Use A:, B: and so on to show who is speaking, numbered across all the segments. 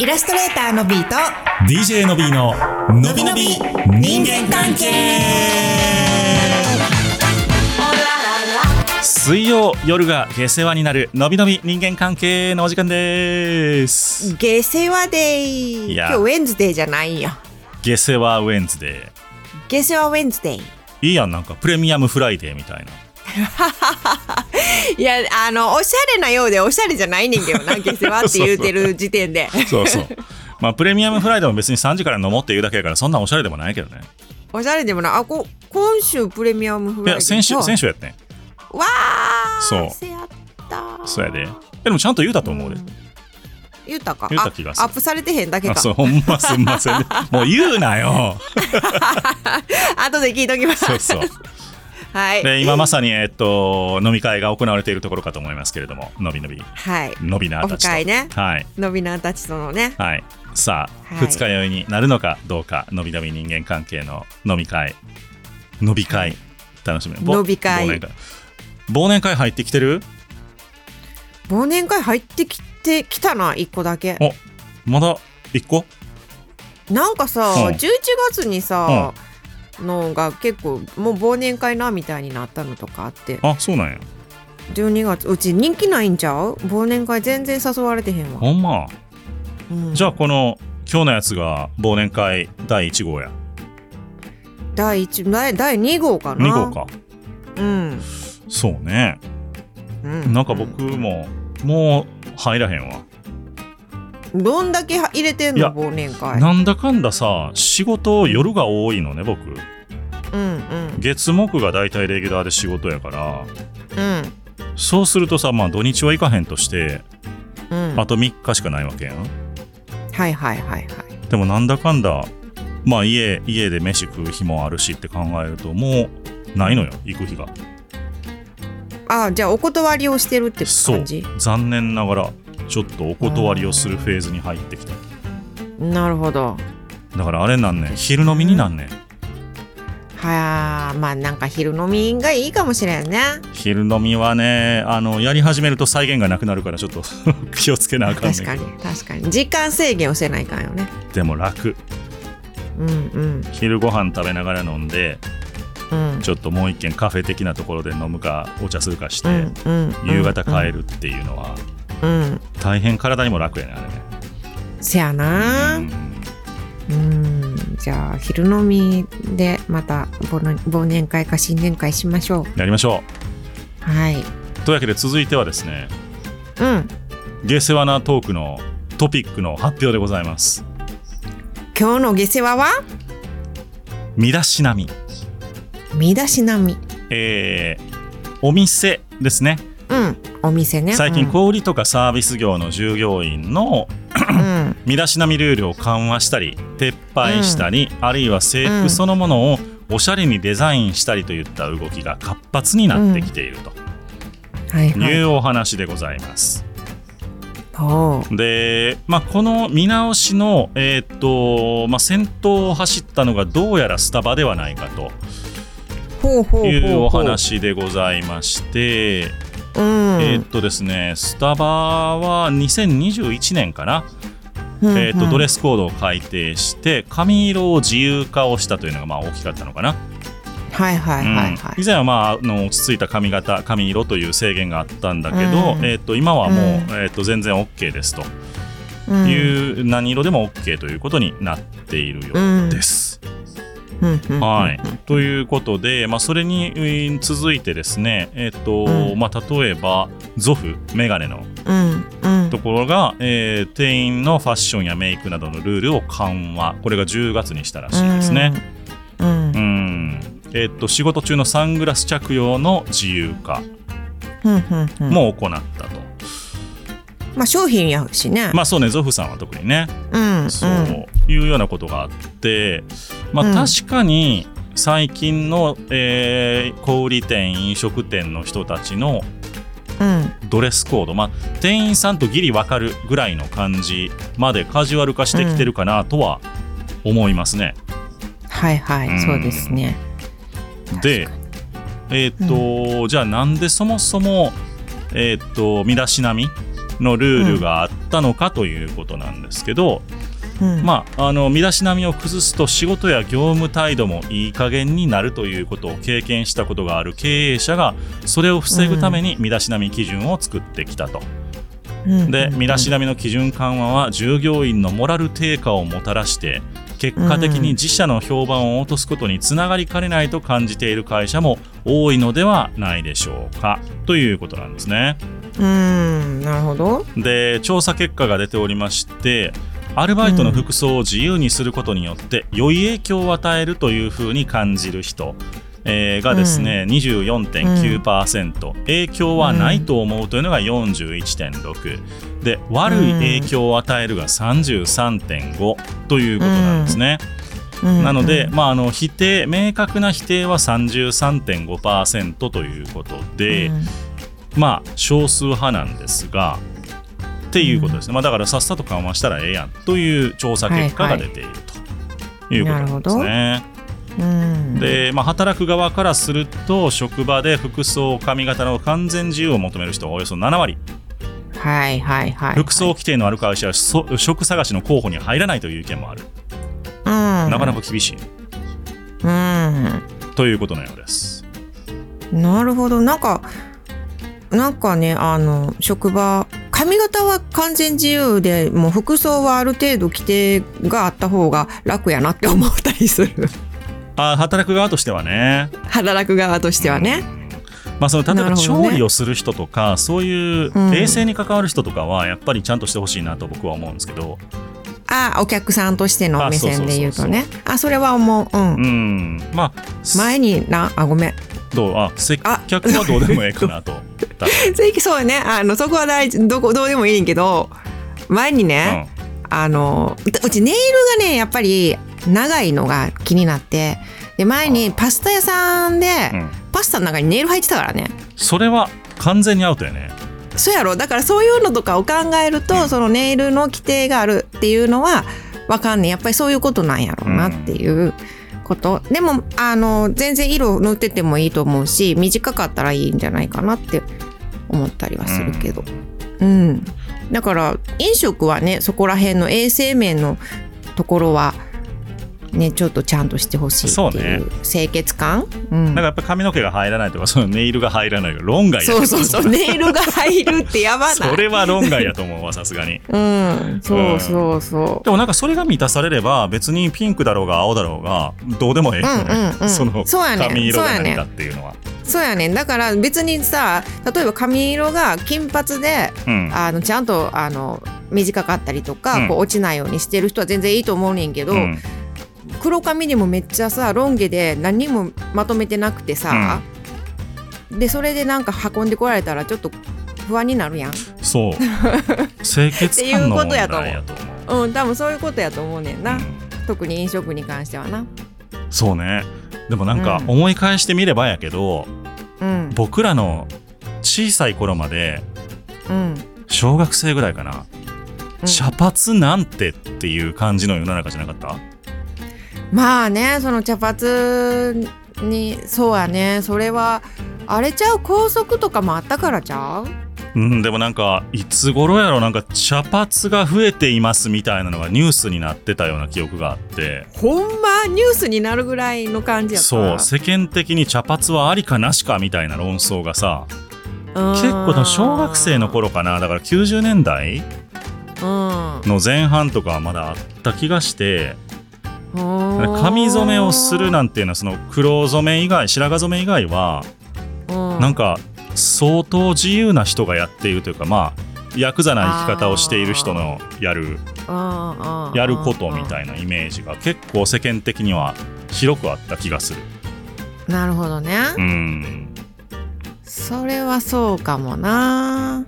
A: イラストレーターのビーと
B: DJ のびーののびのび人間関係水曜夜が下世話になるのびのび人間関係のお時間です
A: 下世話デイ
B: い
A: 今
B: や
A: 日ウェンズデーじゃないよ
B: 下世話ウェンズデ
A: 下世話ウェンズデイ
B: ーいいやんなんかプレミアムフライデーみたいない
A: やあのおしゃれなようでおしゃれじゃないねんけ どな下世話って言うてる時点で
B: そうそう まあプレミアムフライデーも別に3時から飲もうっていうだけやからそんなおしゃれでもないけどね
A: おしゃれでもないあこ今週プレミアムフ
B: い
A: ライデ
B: や
A: ー
B: 先週
A: そう
B: 先週やってん
A: わあ
B: そう
A: せやった
B: そうやでいやでもちゃんと言うたと思うで、
A: 言ったか
B: 言った気がする
A: あアップされてへんだけ
B: あ
A: か
B: そうほんますんませ んねもう言うなよ
A: 後で聞いときます
B: そうそう
A: はい
B: で今まさに、えっと、飲み会が行われているところかと思いますけれども、のびのび、
A: はい
B: のびなーたちと。
A: オフ会ね
B: はい。
A: のびなたちとのね
B: はい。さあ、
A: はい
B: 二日酔いになるのかどうか、のびのび人間関係の飲み会、飲み会、楽しみ。ぼ
A: 飲み会
B: 忘年会。忘年会入ってきてる
A: 忘年会入ってきてきたな一個だけ
B: おまだ一個
A: なんかさ、
B: うん
A: 11月にさ、のが結構もう忘年会なみたいになったのとかあって
B: あ、そうなんや。
A: 12月うち人気ないんちゃう忘年会全然誘われてへんわ、
B: ほんま。
A: うん
B: じゃあ、この、今日のやつが忘年会第1号や。
A: 第1第第2号かな
B: 2号か。
A: うん、
B: そうね。
A: うん、
B: なんか僕も、もう入らへんわ。
A: どんだけ入れてん
B: いや
A: の忘年会
B: なんだかんださ仕事夜が多いのね僕
A: うんうん
B: 月木が大体レギュラーで仕事やから
A: うん
B: そうするとさまあ土日は行かへんとして
A: うん
B: あと3日しかないわけやん
A: はいはいはいはい
B: でもなんだかんだまあ家家で飯食う日もあるしって考えるともうないのよ行く日が
A: あじゃあお断りをしてるって
B: そう
A: 感じ
B: 残念ながらちょっとお断りをするフェーズに入ってきた
A: なるほど
B: だからあれなんねん昼飲みになんねん
A: はあまあなんか昼飲みがいいかもしれんね
B: 昼飲みはねあのやり始めると再現がなくなるからちょっと 気をつけなあかんねんけ
A: 確
B: ど
A: かに確かに時間制限をせないかんよね
B: でも楽
A: うんうん
B: 昼ご飯食べながら飲んで
A: うん
B: ちょっともう一軒カフェ的なところで飲むかお茶するかして、
A: うんうんうん
B: 夕方帰るっていうのは
A: うん、うん、
B: 大変体にも楽やねあれね
A: せやな
B: うん
A: うんじゃあ昼飲みでまた忘年忘年会か新年会しましょ
B: やりましょ
A: うはいう
B: というわけで続いてはですね
A: うん
B: 下世話なトークのトピックの発表でございます
A: 今日の下世話は
B: 身だしなみ
A: 身だしなみ
B: えーお店ですね
A: うんお店ね
B: 最近小売とかサービス業の従業員の
A: うん、うん
B: 身だしなみルールを緩和したり撤廃したり、あるいは制服そのものをおしゃれにデザインしたりといった動きが活発になってきていると
A: はいはいいう
B: お話でございます。
A: ほう
B: で、まあ、この見直しの、えーっとまあ、先頭を走ったのがどうやらスタバではないかと
A: ほうほうほうほう
B: いうお話でございまして、
A: うん
B: えーっとですね、スタバは2021年かな、えーっとドレ
A: ス
B: スコードを改定して髪色を自由化をしたというのがまあ大きかったのかな。
A: はいはいはいは
B: うん以
A: い
B: 前は、まあ、あの落ち着いた髪型髪色という制限があったんだけど、
A: うん
B: えー、と今はもう、
A: うん
B: えー、と全然 OK ですと
A: うん
B: いう、何色でも OK ということになっているようです。
A: うんうん
B: はい、ということで、まあ、それにえー続いてですね、えーと
A: うん
B: まあ、例えばゾフメガネの
A: うんうん
B: ところが、えー店員のファッションやメイクなどのルールを緩和これが10月にしたらしいですね。
A: うん
B: う。んえー、と仕事中のサングラス着用の自由化
A: うんうんうん
B: も行ったと、
A: まあ商品やしね。
B: まあそうねゾフさんは特にね
A: うんうん。
B: そういうようなことがあってま
A: うん
B: あ確かに最近の、えー小売店飲食店の人たちの
A: うん
B: ドレスコードまあ店員さんとギリ分かるぐらいの感じまでカジュアル化してきてるかなとは思いますね。
A: はいは
B: うん
A: いそうですね。
B: でえーっと、じゃあなんでそもそも、えーっと身だしなみのルールがあっったのかということなんですけど、
A: うん
B: まあ、あの身だしなみを崩すと仕事や業務態度もいい加減になるということを経験したことがある経営者がそれを防ぐために身だしなみ基準を作ってきたと、
A: うん
B: で身だしなみの基準緩和は従業員のモラル低下をもたらして結果的に自社の評判を落とすことにつながりかねないと感じている会社も多いのではないでしょうかということなんですね。
A: うんなるほど
B: で調査結果が出ておりましてアルバイトの服装を自由にすることによって良い影響を与えるというふうに感じる人、えーがですね、24.9%、影響はないと思うというのが41.6で悪い影響を与えるが33.5ということなんですね。なので、まあ、あの否定明確な否定は33.5%ということで。まあ少数派なんですがっていうことですね、まあ、だからさっさと緩和したらええやんという調査結果が出ているということなんですね。
A: うん
B: で、まあ、働く側からすると職場で服装髪型の完全自由を求める人はおよそ7割
A: はいはいはい
B: 服装規定のある会社はそ職探しの候補に入らないという意見もある
A: な
B: なかなか厳しい
A: うん
B: ということのようです。
A: なるほどなんかなんかねあの職場髪型は完全自由でもう服装はある程度規定があった方が楽やなって思ったりする
B: あ働く側としてはね
A: 働く側としてはね。
B: まあ、その例え
A: なる
B: ば
A: ほどね
B: 調理をする人とか、そういう
A: うん
B: 衛生に関わる人とかはやっぱりちゃんとしてほしいなと僕は思うんですけど、
A: あお客さんとしての
B: あ
A: 目
B: そうそうそうそう
A: 線で言うとねあそれは思うう
B: うんん、まあ
A: 前になあごめん
B: どうあ接客はどうでもええかなと。 だか
A: 正規そうよねあのそこは大事どこどうでもいいんけど前に
B: ら
A: ね、あのううちネイルがねやっぱり長いのが気になってで前にパスタ屋さんで、
B: うんうん
A: パスタの中にネイル入ってたからね
B: それは完全にアウトやね。
A: そうやろだからそういうのとかを考えると、
B: うん
A: そのネイルの規定があるっていうのはわかんねえやっぱりそういうことなんやろうなっていうこと、でもあの全然色塗っててもいいと思うし短かったらいいんじゃないかなって思ったりはするけど、うんだから飲食はねそこら辺の衛生面のところはねちょっとちゃんとしてほしいっていう清潔感うん
B: なんかやっぱり髪の毛が入らないとか、そのネイルが入らないとか、論外や
A: そうそうそう、ネイルが入るってやばない。
B: それは論外やと思うわ、さすがに。
A: うん、そうそうそ
B: でもなんかそれが満たされれば、別にピンクだろうが青だろうが、どうでもええよね、
A: うんうんうん
B: その
A: そうやね
B: 髪色
A: そう
B: が
A: やね
B: 何かっていうのは。
A: う。そうやねん。だから別にさ、例えば髪色が金髪で、
B: うん
A: あのちゃんとあの短かったりとか、
B: うん
A: こう落ちないようにしてる人は全然いいと思うねんけど、
B: うん
A: 黒髪にもめっちゃさ、ロン毛で何にもまとめてなくてさ、でそれでなんか運んでこられたらちょっと不安になるやん。
B: そう清潔感の問題やと思う
A: っていううん、多分そういうことやと思うねんな。
B: う
A: 特に飲食に関してはな。
B: んそうねでもなんか
A: うん
B: 思い返してみればやけど、
A: うん、
B: 僕らの小さい頃まで
A: うん、
B: 小学生ぐらいかな、
A: うん
B: 茶髪なんてっていう感じの世の中じゃなかった
A: まあねその茶髪にそうやねそれはあれちゃう校則とかもあったからちゃう
B: うんでもなんかいつ頃やろなんか茶髪が増えていますみたいなのがニュースになってたような記憶があって
A: ほんまニュースになるぐらいの感じやった
B: そう世間的に茶髪はありかなしかみたいな論争がさ結構その小学生の頃かなだから90年代
A: うん
B: の前半とかはまだあった気がして
A: 髪
B: 髪染めをするなんていうのはその黒染め以外白髪染め以外はなん
A: か
B: か相当自由な人がやっているというかまあヤクザな生き方をしている人のやるやることみ
A: い
B: たいなイメージが結構世間的には広くあった気がする
A: なるほどね、
B: うん
A: それはそうかもな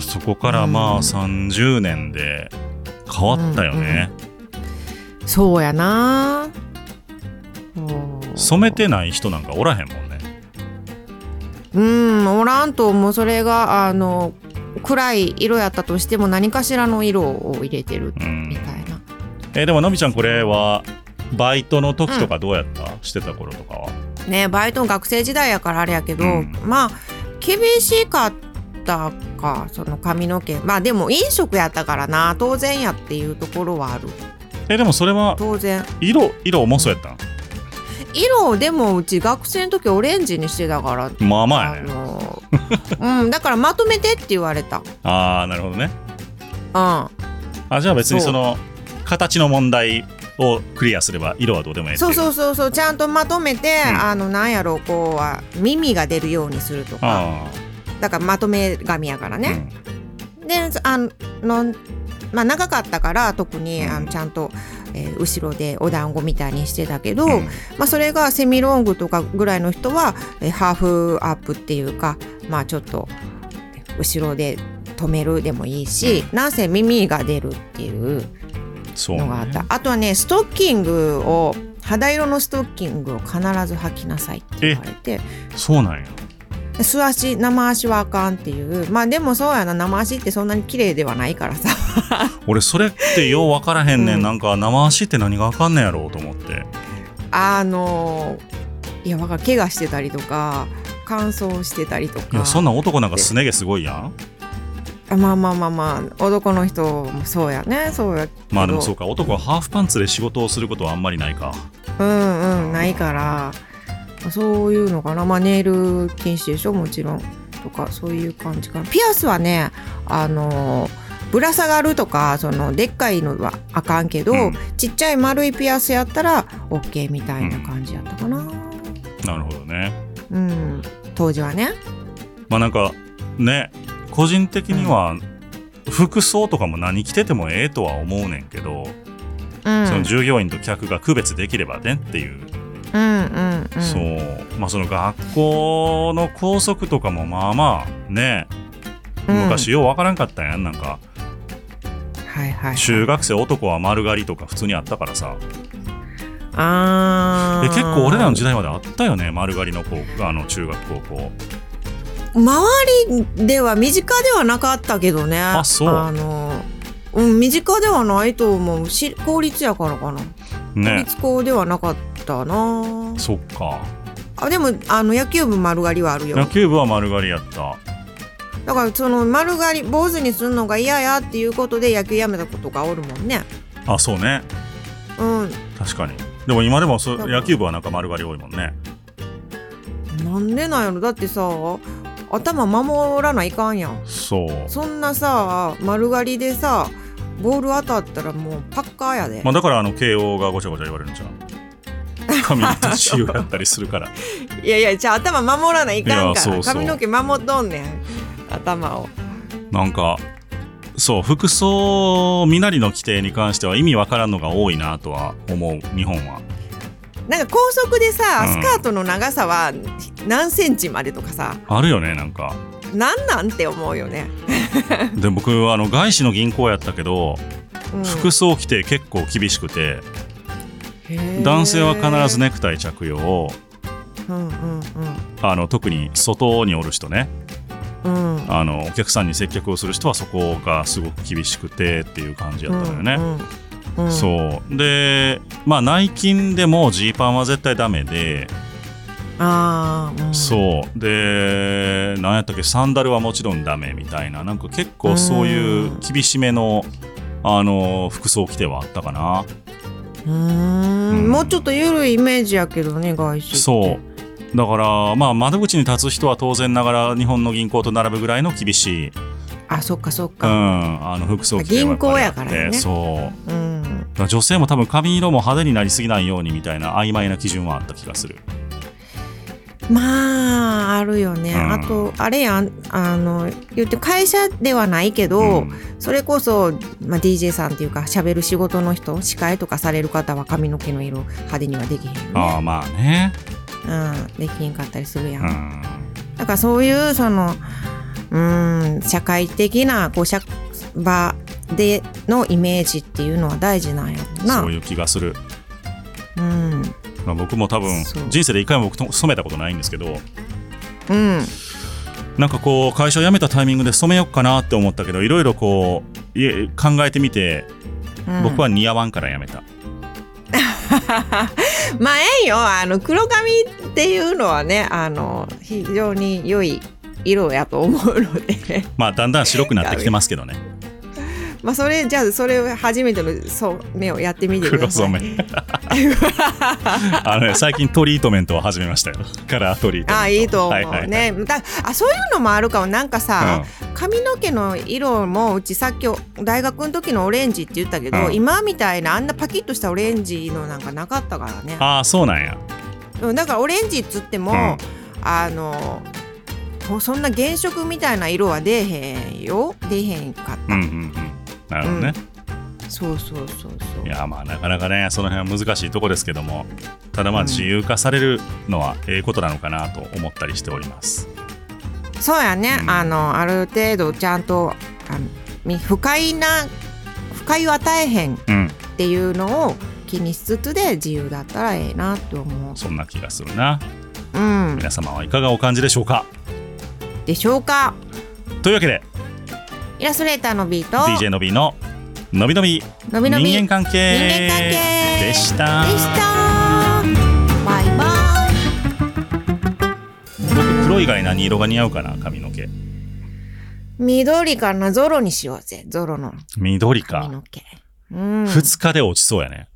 B: そこから
A: う
B: まあ
A: ん
B: 30年で変わったよね
A: そうやな
B: 染めてない人なんかおらへんもんね
A: うんおらんと思うそれがあの暗い色やったとしても何かしらの色を入れてる
B: うん
A: みたいな、
B: えーでものびちゃんこれはバイトの時とかどうやった、してた頃とかは
A: ねバイトの学生時代やからあれやけど、
B: うん
A: まあ厳しかったかその髪の毛まあでも飲食やったからな当然やっていうところはある
B: えでもそれは
A: 当然
B: 色色重そうやったん
A: 色でもうち学生の時オレンジにしてたから
B: まあまあ
A: あ
B: やね
A: のうんだからまとめてって言われた
B: ああなるほどね
A: うん
B: あじゃあ別に
A: そう
B: その形の問題をクリアすれば色はどうでもいい
A: そうそううそうそうちゃんとまとめて、
B: うん
A: あのなんやろうこうは耳が出るようにするとか
B: あ
A: だからまとめ髪やから
B: あ、
A: ね、であのまあ長かったから特にあのちゃんと、えー後ろでお団子みたいにしてたけど、
B: うん
A: まあ、それがセミロングとかぐらいの人は、えーハーフアップっていうかまあちょっと後ろで止めるでもいいし、なんせ耳が出るっていう
B: そうね
A: のがあった、あとはねストッキングを肌色のストッキングを必ず履きなさいって言われて
B: そうなんや
A: 素足生足はあかんっていうまあでもそうやな生足ってそんなに綺麗ではないからさ
B: 俺それってよう分からへんねん、
A: うん
B: なんか生足って何が分かんねやろうと思って
A: あのいやわかる怪我してたりとか乾燥してたりと
B: い
A: か
B: やそんなん男なんかすね毛すごいやん
A: あまあまあまあまあ男の人もそうやねそうや
B: まあでもそう
A: う
B: か男はハーフパンツで仕事をすることはあんまりないか
A: うんうんないからそういうのかなまあネイル禁止でしょもちろんとかそういう感じかなピアスはねあのぶら下がるとかそのでっかいのはあかんけど、
B: うん
A: ちっちゃい丸いピアスやったら OK みたいな感じやったかな
B: なるほどね
A: うん、当時はね
B: まあなんかね個人的には服装とかも何着ててもええとは思うねんけど、
A: うん
B: その従業員と客が区別できればねっていう、
A: うんうんうん
B: そうまあその学校の校則とかもまあまあね
A: うん
B: 昔ようわからんかったんやんなんか
A: はいはい
B: 中学生男は丸刈りとか普通にあったからさ
A: あー
B: え結構俺らの時代まであったよね丸刈りの高あの中学高校
A: 周りでは身近ではなかったけどねあ
B: そう
A: のうん身近ではないと思うし公立やからかな、公
B: ね
A: 立校ではなかったな
B: そっか
A: あでもあの野球部丸刈りはあるよ
B: 野球部は丸刈りやった
A: だからその丸刈り坊主にするのが嫌やっていうことで野球やめたことがおるもんね
B: あそうね
A: うん
B: 確かにでも今でもそ
A: そう
B: 野球部はなんか丸刈り多いもんね
A: なんでなんやろだってさ頭守らないかんやん
B: そう
A: そんなさ丸刈りでさボール当たったらもうパッカーやで、
B: まあだからあの慶応がごちゃごちゃ言われるんじゃん 髪型自由やったりするから
A: いやいやじゃあ頭守らないかん
B: い
A: か
B: や
A: ら
B: そうそう
A: 髪の毛守っとんねん頭を
B: なんかそう服装身なりの規定に関しては意味わからんのが多いなとは思う日本は
A: なんか高速でさ
B: うん
A: スカートの長さは何センチまでとかさ、
B: あるよねな んか
A: なんなんて思うよね、
B: で僕あの外資の銀行やったけど
A: うん
B: 服装規定結構厳しくて、
A: へー
B: 男性は必ずネクタイ着用
A: うんうん
B: あの特に外におる人ね
A: うんうん
B: あのお客さんに接客をする人はそこがすごく厳しくてっていう感じやったのよね、
A: うんうんうん
B: そうでまあ内勤でもジーパンは絶対ダメで、
A: あー、うん、
B: そうで何やったっけサンダルはもちろんダメみたいななんか結構そういう厳しめの、あの服装規定はあったかな
A: うーん
B: うん
A: もうちょっと緩いイメージやけどね外資
B: そうだからまあ窓口に立つ人は当然ながら日本の銀行と並ぶぐらいの厳しい、うん、
A: あそっかそっか、
B: あの服装規定はっぱりあって
A: 銀行やからね
B: そう
A: うん
B: だから女性も多分髪色も派手になりすぎないようにみたいな曖昧な基準はあった気がする
A: まああるよね、
B: うん
A: あとあれやんあの言って会社ではないけど、
B: うん
A: それこそ、まあ、DJ さんっていうか喋る仕事の人司会とかされる方は髪の毛の色派手にはできへんよ
B: ああ
A: ね、
B: まあね
A: うん、できへんかったりするや、
B: うんん
A: だからそういうそのうん社会的なこう社場でのイメージっていうのは大事なんやろな
B: そういう気がする、
A: うん
B: まあ、僕も多分
A: そう
B: 人生で一回も僕と染めたことないんですけど
A: うん
B: なんかこう会社を辞めたタイミングで染めようかなって思ったけどいろいろこういえ考えてみて
A: うん
B: 僕は似合わんから辞めた、
A: まあええよあの黒髪っていうのはねあの非常に良い色やと思うので
B: まあだんだん白くなってきてますけどね
A: まあそれじゃあそれを初めてのそう目をやってみてく
B: 黒
A: ださ
B: 染
A: い。
B: め あのね最近トリートメントを始めましたよカラートリートメント
A: あいいと思う
B: は
A: ね、
B: いはいはい
A: だあそういうのもあるかもなんかさ、髪の毛の色もうちさっき大学の時のオレンジって言ったけど、
B: うん
A: 今みたいなあんなパキッとしたオレンジのなんかなかったからね
B: ああそうなんや
A: うんだからオレンジっつっても、
B: うん
A: あのもうそんな原色みたいな色は出えへんよ出えへんかった、
B: うんうんうんなるほどね、
A: そうそうそうそう
B: いやまあなかなかねその辺は難しいとこですけどもただまあ
A: うん
B: 自由化されるのはええことなのかなと思ったりしております、
A: そうやね、
B: うん
A: あのある程度ちゃんとあのみ不快な不快を与えへんっ
B: うん、
A: ていうのを気にしつつで自由だったらええなと思
B: そんな気がするな
A: う、うん、
B: 皆様はいかがお感じでしょうか
A: でしょうか
B: というわけで
A: イラストレーターのビート
B: DJ のびののびのび
A: のび
B: 人
A: のび
B: 間関係
A: 人間関係
B: でし
A: で
B: た
A: したバイバイ
B: 僕黒以外何色が似合うかな髪の毛
A: 緑かなゾロにしようぜゾロの
B: 緑
A: 髪
B: か
A: の毛、うん、
B: 2日で落ちそうやね